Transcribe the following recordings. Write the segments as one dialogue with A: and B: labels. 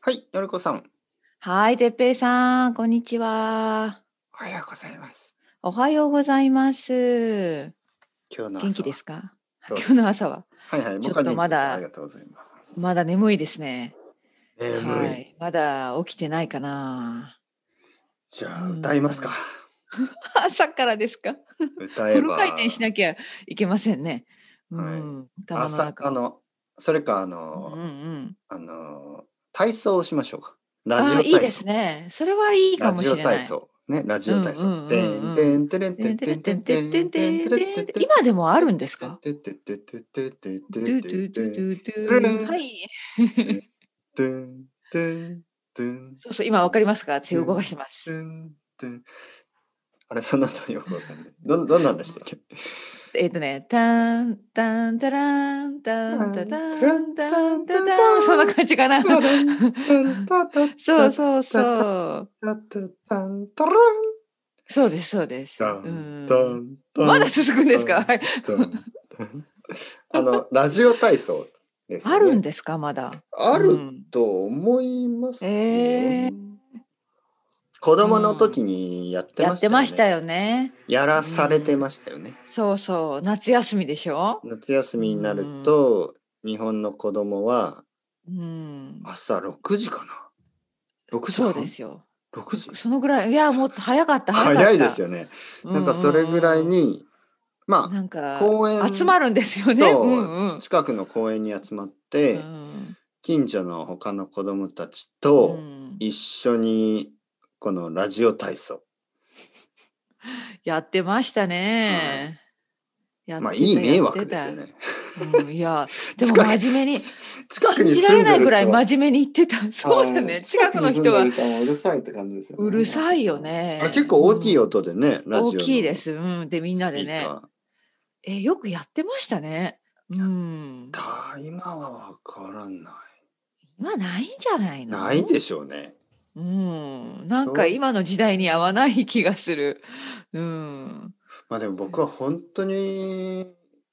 A: はい、のりこさん。
B: はい、てっぺいさん、こんにちは。
A: おはようございます。
B: おはようございます。
A: 今日の
B: 元気ですか今日の朝は。
A: はいはい、
B: ちょっとまだ、まだ眠いですね。
A: はい、
B: まだ起きてないかな。
A: じゃあ、歌いますか。
B: 朝からですか
A: 歌えフル
B: 回転しなきゃいけませんね。
A: うん、朝、あの、それか、あの、うんうん、あの、体操しましょうか。ラジオ体
B: 操。いいですね。それはいいかもしれない。
A: ラジオ体操。ね、ラジオ体操。てんてんてれんてんてんてんてんてんてんてんてん。
B: 今でもあるんですか。
A: ててててててて
B: てて。はい。
A: てんてんてん。
B: そうそう、今わかりますか。強動かします。
A: あれ、そんなとよくわかんない。ど、どんなんでしたっけ。
B: えっとね、タンタンタランタンタタンタンタタン そんな感じかな。そうそうそう。そうですそうです。まだ続くんですか。
A: あのラジオ体操
B: あるんですかまだ。
A: あると思いますよ。子供の時にやってま
B: したよね。
A: やらされてましたよね。
B: そうそう、夏休みでしょ
A: 夏休みになると、日本の子供は。朝六時かな。六時。
B: そうですよ。
A: 六時。
B: そのぐらい、いや、もっと早かった。
A: 早いですよね。なんかそれぐらいに。まあ、
B: なんか
A: 公園
B: 集まるんですよね。
A: 近くの公園に集まって、近所の他の子供たちと一緒にこのラジオ体操。
B: やってましたね。
A: うん、まあいい迷惑ですよね。
B: うん、いや、でも真面目に信じられないぐらい真面目に 言ってた。そうだね。近くの人は。
A: うるさいって感じですよ、
B: うるさいよね。
A: 結構大きい音でね、
B: ラジオ。大きいです。うん。で、みんなでね。え、よくやってましたね。うん。
A: 今はわからない。
B: 今ないんじゃないの
A: ないでしょうね。
B: うん、なんか今の時代に合わない気がする。うん、
A: まあでも僕は本当に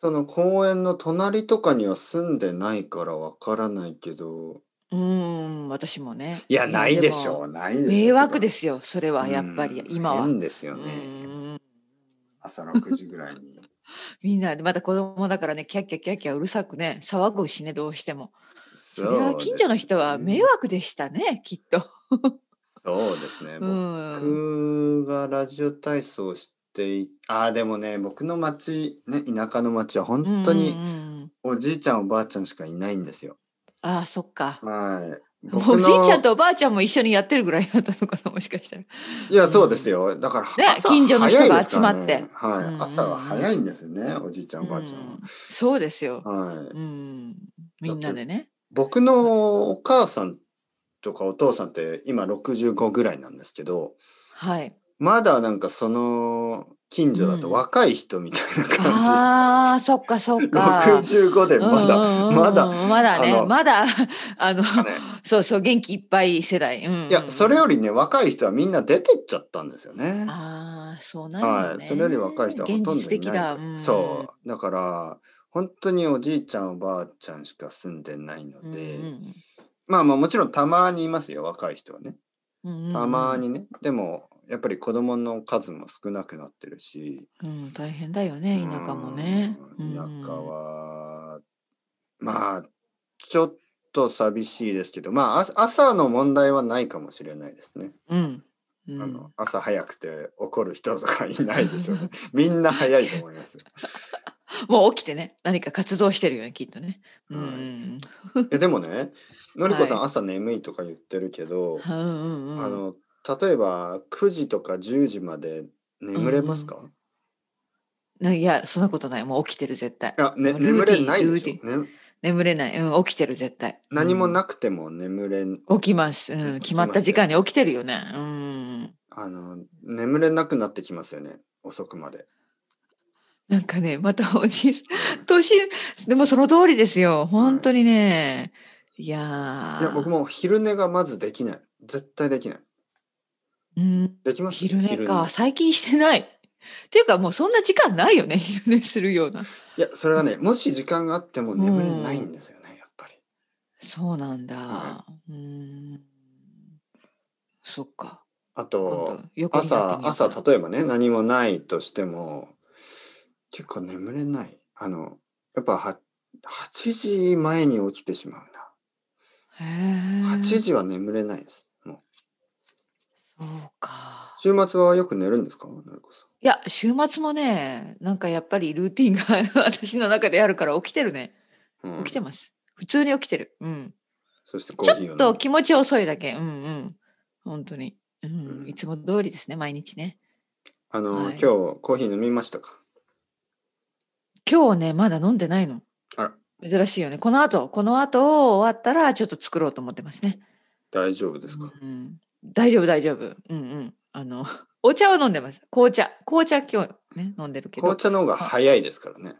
A: その公園の隣とかには住んでないからわからないけど。
B: うん、私もね。
A: いやないでしょう、ないでしょう。
B: 迷惑ですよ、それはやっぱり、今は。
A: 変ですよね。朝6時ぐらい に。
B: みんなでまた子供だからね、キャッキャッキャッキャうるさくね、騒ぐしね、どうしても。それは近所の人は迷惑でしたね、きっと。
A: そうですね。僕がラジオ体操してい、ああでもね、僕の町ね田舎の町は本当におじいちゃんおばあちゃんしかいないんですよ。
B: ああそっか。
A: はい。
B: おじいちゃんとおばあちゃんも一緒にやってるぐらいだったのかなもしかしたら。、
A: いやそうですよ。だから
B: ね、近所の人が集まって、
A: はい、朝は早いんですよね、おじいちゃんおばあちゃんは。
B: そうですよ。。
A: はい。うん
B: みんなでね。
A: 僕のお母さんとかお父さんって今65ぐらいなんですけど、
B: はい、
A: まだなんかその近所だと若い人みたいな感じ、うん、
B: あそっかそっか65
A: でまだ、まだ
B: まだねまだ あの、ね、そうそう元気いっぱい世代、うんうん、
A: いやそれよりね若い人はみんな出てっちゃったんですよね、
B: ああそうなん、ね、はい
A: それより若い人はほとんどい
B: ない、うん、
A: そうだから本当におじいちゃんおばあちゃんしか住んでないので、うんうんまあまあもちろんたまにいますよ若い人はね。たまにねでもやっぱり子どもの数も少なくなってるし、
B: うん、大変だよね田舎もね。
A: 田舎は、うん、まあちょっと寂しいですけどまあ朝の問題はないかもしれないですね。
B: うん、
A: うん、あの朝早くて怒る人とかいないでしょうね。みんな早いと思います。。
B: もう起きてね、何か活動してるよね、きっとね。うん
A: え、でもね、のりこさん、朝眠いとか言ってるけど、あの、例えば、9時とか10時まで眠れますか、
B: いや、そんなことない。もう起きてる、絶対。
A: あ、ね、眠れないでしょ、ね、
B: 眠れない。うん、起きてる、絶対。
A: 何もなくても眠れ、
B: 起きます。うん、決まった時間に起きてるよね。うん。
A: あの、眠れなくなってきますよね、遅くまで。
B: なんかね、またおじい年、でもその通りですよ。本当にね。いや
A: いや、僕も昼寝がまずできない。絶対できない。
B: うん。
A: できます
B: 昼寝か。最近してない。っていうか、もうそんな時間ないよね。昼寝するような。い
A: や、それはね、もし時間があっても眠れないんですよね、やっぱり。
B: そうなんだ。うん。そっか。
A: あ
B: 今
A: と
B: 度横に立って
A: 朝
B: みようか
A: 朝
B: な
A: 例えばね何もないとしても結構眠れないあのやっぱは8時前に起きてしまう
B: へ
A: な
B: え。
A: 8時は眠れないですもう
B: そうか。
A: 週末はよく寝るんですかのりこさん
B: いや、週末もね、なんかやっぱりルーティンが 私の中であるから起きてるね。
A: うん
B: 起きてます。普通に起きてる。うん。
A: そしてコ
B: ち
A: ーヒー
B: ょっ
A: を
B: と
A: 飲
B: 気持ち遅いだけ。うんうん。本当に。う
A: うん
B: ん。いつも通りですね、毎日ね。
A: あの、
B: は
A: 今
B: い
A: 日コーヒー飲みましたか
B: 今日ね、まだ飲んでないの。
A: あら
B: 珍しいよね。この後、この後終わったら、ちょっと作ろうと思ってますね。
A: 大丈夫ですか、
B: うん、大丈夫、大丈夫。うんうん。あの、 お茶は飲んでます。紅茶。紅茶今日ね、飲んでるけど
A: 紅。茶の方が早いですからね、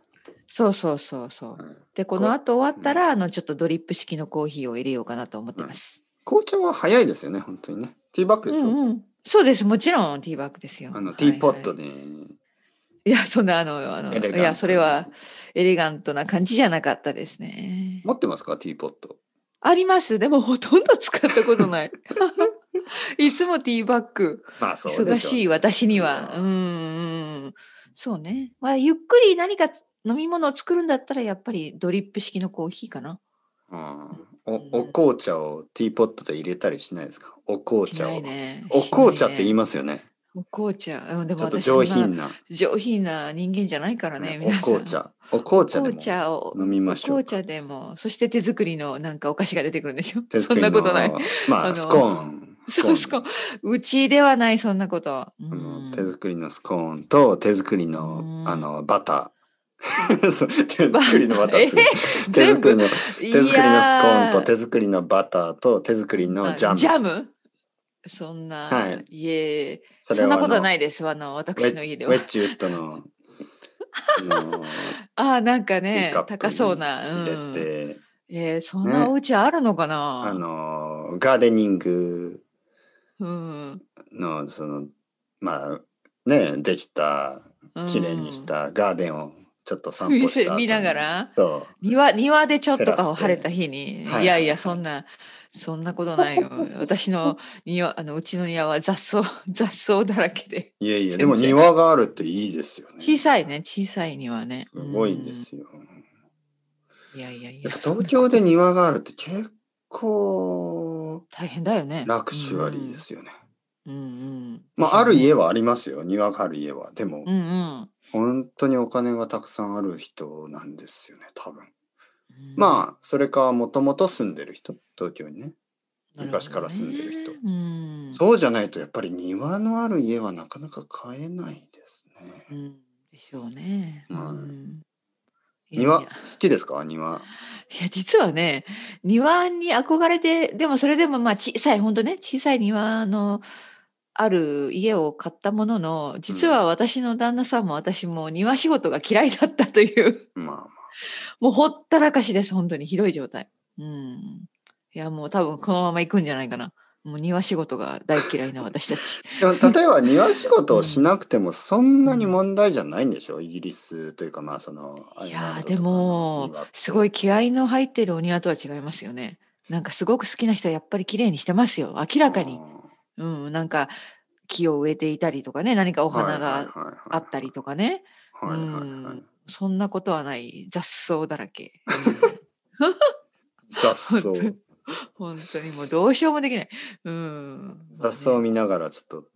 B: そうそうそうそ
A: う
B: う。
A: ん
B: で、この後終わったら、あの、ちょっとドリップ式のコーヒーを入れようかなと思ってます。
A: 紅茶は早いですよね本当にねティーバッグ
B: う
A: でしょ、
B: んうん。そうです。もちろんティーバッグですよ。
A: あのティーポット
B: はい
A: で、
B: はいいや、そんな、あの、あの
A: エレガント
B: いや、それはエレガントな感じじゃなかったですね。
A: 持ってますかティーポット
B: あります。でも、ほとんど使ったこ とない。いつもティーバッグ。
A: まあそう
B: 忙
A: でしょう
B: しい私には。うんうんうん。そうね。まあ、ゆっくり何か飲み物を作るんだったら、やっぱりドリップ式のコーヒーかな。
A: うん
B: うん
A: おお紅茶をティーポットで入れたりしないですかお紅
B: し
A: 茶
B: ない
A: を、
B: ね。
A: お紅茶って言い
B: 今。
A: ますよね
B: お紅茶。うん、で
A: ち
B: も
A: ょっと
B: 私
A: 上
B: 上
A: 品
B: 品
A: な、
B: 上品な人間じゃないからね。
A: うんお
B: 皆さん
A: 紅。茶お紅茶で
B: 紅
A: も
B: 茶を。
A: 飲みましょう
B: 紅
A: か
B: 茶でも、そして手作りのなんかお菓子が出てくるんでしょ
A: 手作
B: そん
A: りの
B: なことない。
A: ま
B: あ
A: あ
B: の
A: スコーン
B: そうすか。うちではない、そんなこと。う
A: あ
B: ん
A: の手作りのスコーンと手作り
B: う
A: の
B: ん
A: あのバター そう手作りのバターする 手
B: 全
A: 作り
B: 部
A: の手
B: 手
A: 作りのスコーンと手作りのバターと手作りのジャム
B: ジャムそんな、
A: はい
B: 家
A: そ
B: そ
A: れ
B: ん
A: は
B: な
A: あの
B: ことないですあの
A: ウェ
B: 私の家で
A: ウ
B: は
A: ェッジウッド のあの
B: ああなんか
A: ティー
B: ね
A: カップに
B: 高そうな、
A: 入
B: う
A: れ
B: ん、
A: て、
B: えーそん
A: ね
B: なお家あるのか
A: あ
B: な、
A: のガーデニング
B: うん
A: のそのまあねできた
B: うん、
A: 綺麗にしたガーデンをちょっと散歩
B: 見
A: し
B: せ
A: た後に
B: 見ながら
A: そ
B: 庭庭でちょっと
A: テラス
B: か
A: で
B: 晴れた日に、
A: はい
B: いや
A: は
B: い
A: い
B: やそんなそんなことな いよ私の庭あのうちの庭は雑草 雑草だらけで
A: ういやいや
B: 全然
A: でも庭があるっていいですよね
B: 小さいね小さい庭ね
A: すごいですよ、
B: うんいやいやい
A: や
B: や
A: っぱ東京で庭があるって結構
B: 大変だよね
A: ラクシュアリーで、すよね、
B: うんうん、
A: まあある家
B: は
A: はありますよ庭がある家はでも、
B: うんうん
A: 本当にお金がたくさんある人なんですよね多分
B: うん
A: まあそれかもともと住んでる人東京にね
B: なるほどね
A: 昔から住んでる人
B: うん
A: そうじゃないとやっぱり庭のある家はなかなか買えないです
B: う
A: ね。
B: んでしょうね、
A: はい
B: うんいやいや
A: 庭好きですか庭。
B: いや実はね庭に憧れてでもそれでもまあ小さい本当ね小さい庭のある家を買ったものの実は私の旦那さんも私も庭仕事が嫌いだったという
A: まあまあ
B: もうほったらかしです本当にひどい状態うんいやもう多分このまま行くんじゃないかなもう庭仕事が大嫌いな私たち
A: でも例えば庭仕事をしなくてもそんなに問題じゃないんでしょイギリスというかまあそのアイ
B: い
A: ルラ
B: や
A: ン
B: ー
A: ドと
B: で
A: かの
B: も
A: 庭って
B: すごい気合の入ってるお庭とは違いますよね。なんかすごく好きな人はやっぱり綺麗にしてますよ明らかに。うん、なんか木を植えていたりとかね何かお花があったりとかね、
A: か。はいはいはいは
B: う
A: い
B: んそんなことはない雑草だらけ。
A: 雑
B: 本
A: 草
B: 当 に本当にもうどうしようもできない。うん、
A: 雑草を見ながらちょっと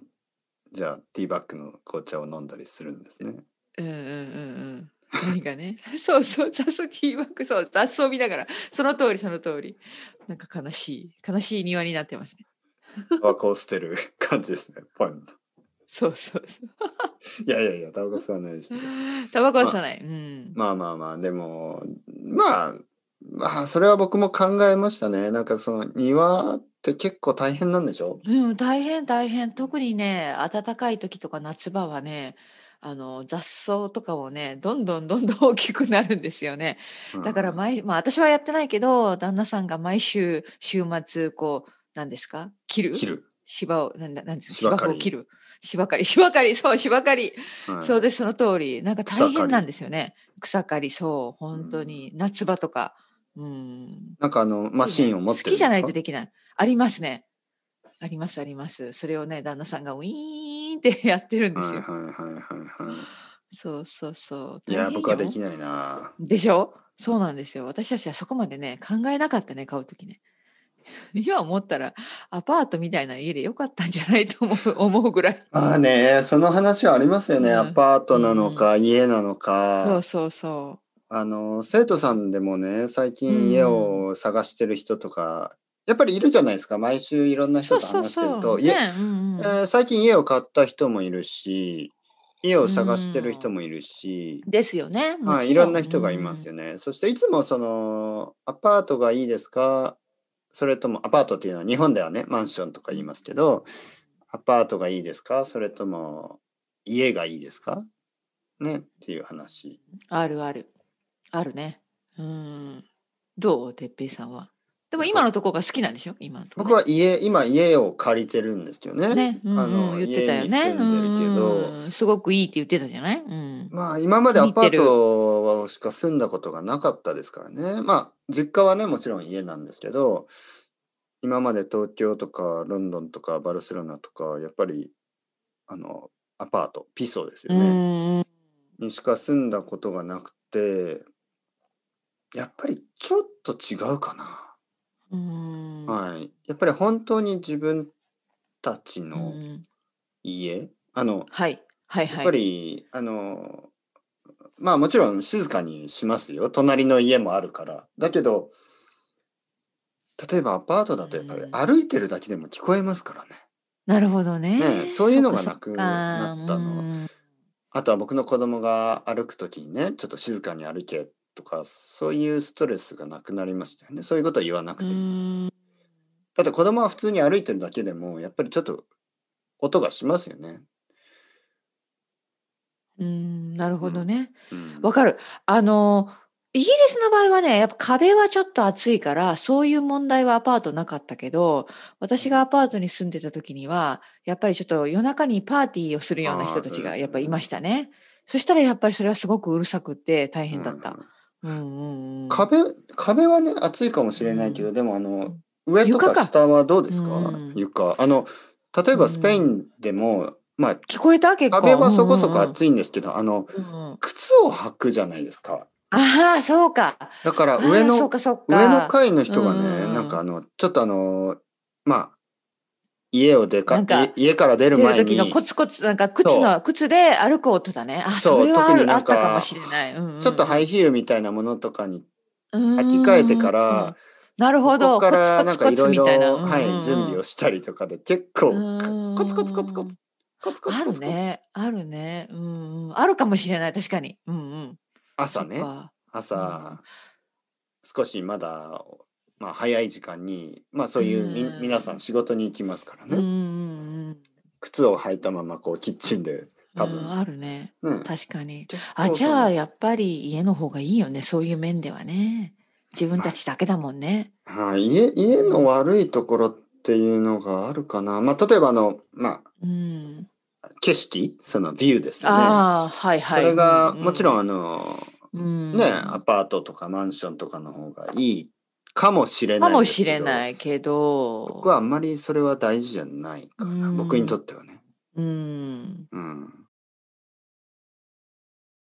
A: じゃあティーバッグの紅茶を飲んだりするんです ね。
B: うんうんうんうん。何かね。 そうそう、雑草、ティーバッグ、そう、雑草を見ながら、その通り、その通り。なんか悲しい、悲しい庭になってますね。
A: タバコを捨てる感じですね。ポイント。
B: そうそうそう。
A: いやいやいやタバコ吸わないでしょ。
B: タバコは吸わない。うん。
A: まあまあまあでもまあまあそれは僕も考えましたねなんかその庭って結構大変なんでしょ
B: うん、大変大変。特にね、暖かい時とか夏場はね、あの雑草とかもね、どんどんどんどん大きくなるんですよね。だから
A: ま
B: 毎、まあ私はやってないけど、旦那さんが毎週週末こう、何ですか切る
A: 切る、
B: 芝を、なんだ、なんです
A: 芝
B: か芝
A: 刈り
B: 生を切る。芝刈り、芝刈り、そう、芝刈り。
A: はい
B: そうです、その通り。なんか
A: 草刈
B: 大
A: り
B: 変なんですよね。草刈り、そう、本当に。夏場とか。うん。
A: なんかあの、マシーンを持って
B: 好
A: るんで
B: き
A: す
B: じ
A: か
B: ゃないとできない。ありますね。ありますあります。それをね、旦那さんがウィーンって やってるんです
A: はい
B: よ。
A: はいはいはいは
B: そうそうそう。
A: い。いや、僕はでき
B: ない。
A: ないな。
B: でしょそうなんですよ。私たちはそこまでね、考えなかったね、買うときね。 今思ったら、アパートみたいな家でよかったんじゃないと思う 思うぐらい。
A: まあね、その話はありますよね。
B: うん
A: アパートなのか、家なの
B: そう
A: か。
B: そうそ
A: あの、生徒さんでもね、最
B: うん
A: 近家を探してる人とか、やっぱりいるじゃないですか。毎週いろんな
B: う。そ
A: 人と
B: うそう
A: 話してる
B: そ
A: と。
B: う。
A: いえ
B: ね、うんうん
A: えー最近家を買った人もいるし、家を探してる人もいるし、
B: ですよね。も
A: まあ、
B: ち
A: いろんな人がい
B: うんう
A: ま
B: ん
A: すよね。そしていつもそのアパートがいいですかそれともアパートっていうのは日本ではねマンションとか言いますけどアパートがいいですかそれとも家がいいですかねっていう話。
B: あるある。あるね。うん。どうてっぺいさんは。でも今のとこが好きなんでしょ今のとこ、
A: 僕は家今家を借りてるんですけどね。
B: ね、うんうん
A: あの
B: 言ってたよ
A: 家
B: ね。
A: に住んでるけど
B: うんうんすごくいいって言ってたじゃない、うん、
A: まあ今までアパ
B: 見て
A: ー
B: る
A: トしか住んだことがなかったですからね。まあ実家はねもちろん家なんですけど今まで東京とかロンドンとかバルセロナとかやっぱりあのアパートピソですよね、
B: うん
A: にしか住んだことがなくてやっぱりちょっと違うかな。
B: うん
A: はい、やっぱり本当に自分たち
B: う
A: の
B: ん
A: 家、あの
B: はいはいはい。
A: やっぱり、あのまあもちろん静かにしますよ隣の家もあるからだけど例えばアパートだとやっ
B: うん
A: ぱり歩いてるだけでも聞こえますからね、
B: なるほどね
A: ねそういうのが
B: そっかそっか
A: なくなったの
B: うん
A: あとは僕の子供が歩く時にねちょっと静かに歩けとかそういうストレスがなくなりましたよねそういうことは言わなくていい、
B: うん
A: だって子供は普通に歩いてるだけでもやっぱりちょっと音がしますよね、
B: うんなるほどね。
A: うん、
B: わかる。あのイギリスの場合はね、やっぱ壁はちょっと厚いから、そういう問題はアパートなかったけど、私がアパートに住んでた時には、やっぱりちょっと夜中にパーティーをするような人たち
A: あ
B: が
A: ー
B: やっぱいましたね。そしたらやっぱりそれはすごくうるさくって大変だっ
A: う
B: た
A: ん。
B: うんうんうん、
A: 壁壁はね厚いかもしれないけど、
B: うん
A: でもあの上とか
B: 床か
A: 下はどうですか
B: うん
A: 床あの例え
B: う
A: ば
B: ん
A: スペインでも、まあ
B: 聞こえた結構。
A: 壁はそこそこ厚いんですけど、あの
B: うんうんうん
A: 靴を履くじゃないですか
B: ああ、そうか。
A: だから
B: あー
A: 上
B: そ
A: の
B: うかそうか
A: 上の階の人がね、
B: うん
A: なんかあのちょっとあのまあ家を出か
B: なんか
A: い家から出る
B: 出る
A: 前
B: 時
A: に
B: のコツコツなんか靴
A: そ
B: の靴で歩く音だね。あ、
A: そう
B: それはあ
A: 特に
B: る
A: な
B: あ
A: ん
B: っ
A: か
B: たかもしれない。うんうんうん
A: ちょっとハイヒールみたいなものとかに
B: 履
A: 履き替えてから、
B: なるほど。
A: ここから
B: コ
A: なん
B: ツ
A: か
B: コ
A: い
B: ツコ
A: ろ
B: ツ
A: いろ
B: みたいな。
A: はい準備を
B: し
A: したりとかで結構
B: うん
A: コツコツコツコツコツコツ
B: あ
A: コ
B: る
A: ツコツ
B: ね。あるね。うんうん。あるかもしれない。確かに。うんうん。
A: 朝ね
B: そっか
A: 朝少しまだまあ早い時間にまあそういうみ
B: うん
A: 皆さん仕事に行きますから
B: うんう
A: ね
B: んうん。
A: 靴を履いたままこうキッチンで多分
B: うんあるね。
A: ね
B: 確かに。
A: 結構
B: あ、じゃ
A: そ
B: あ、
A: の
B: やっぱり家の方がいいよね。そういう面ではね。自分たちだけだもんね。
A: はい家家の悪いところっていうのがあるかなまあ例えばあのま
B: うん。
A: あ景色そのビューですよね
B: ああ、はい
A: そ
B: はい。
A: れがもちろん
B: ん
A: あの
B: うん、
A: ね、アパートとかマンションとかの方がいいかもしれない
B: かもしれ
A: い
B: ないけど。
A: 僕はあんまりそれは大事じゃないかな
B: うん
A: 僕にとってはね、
B: うん。
A: うん、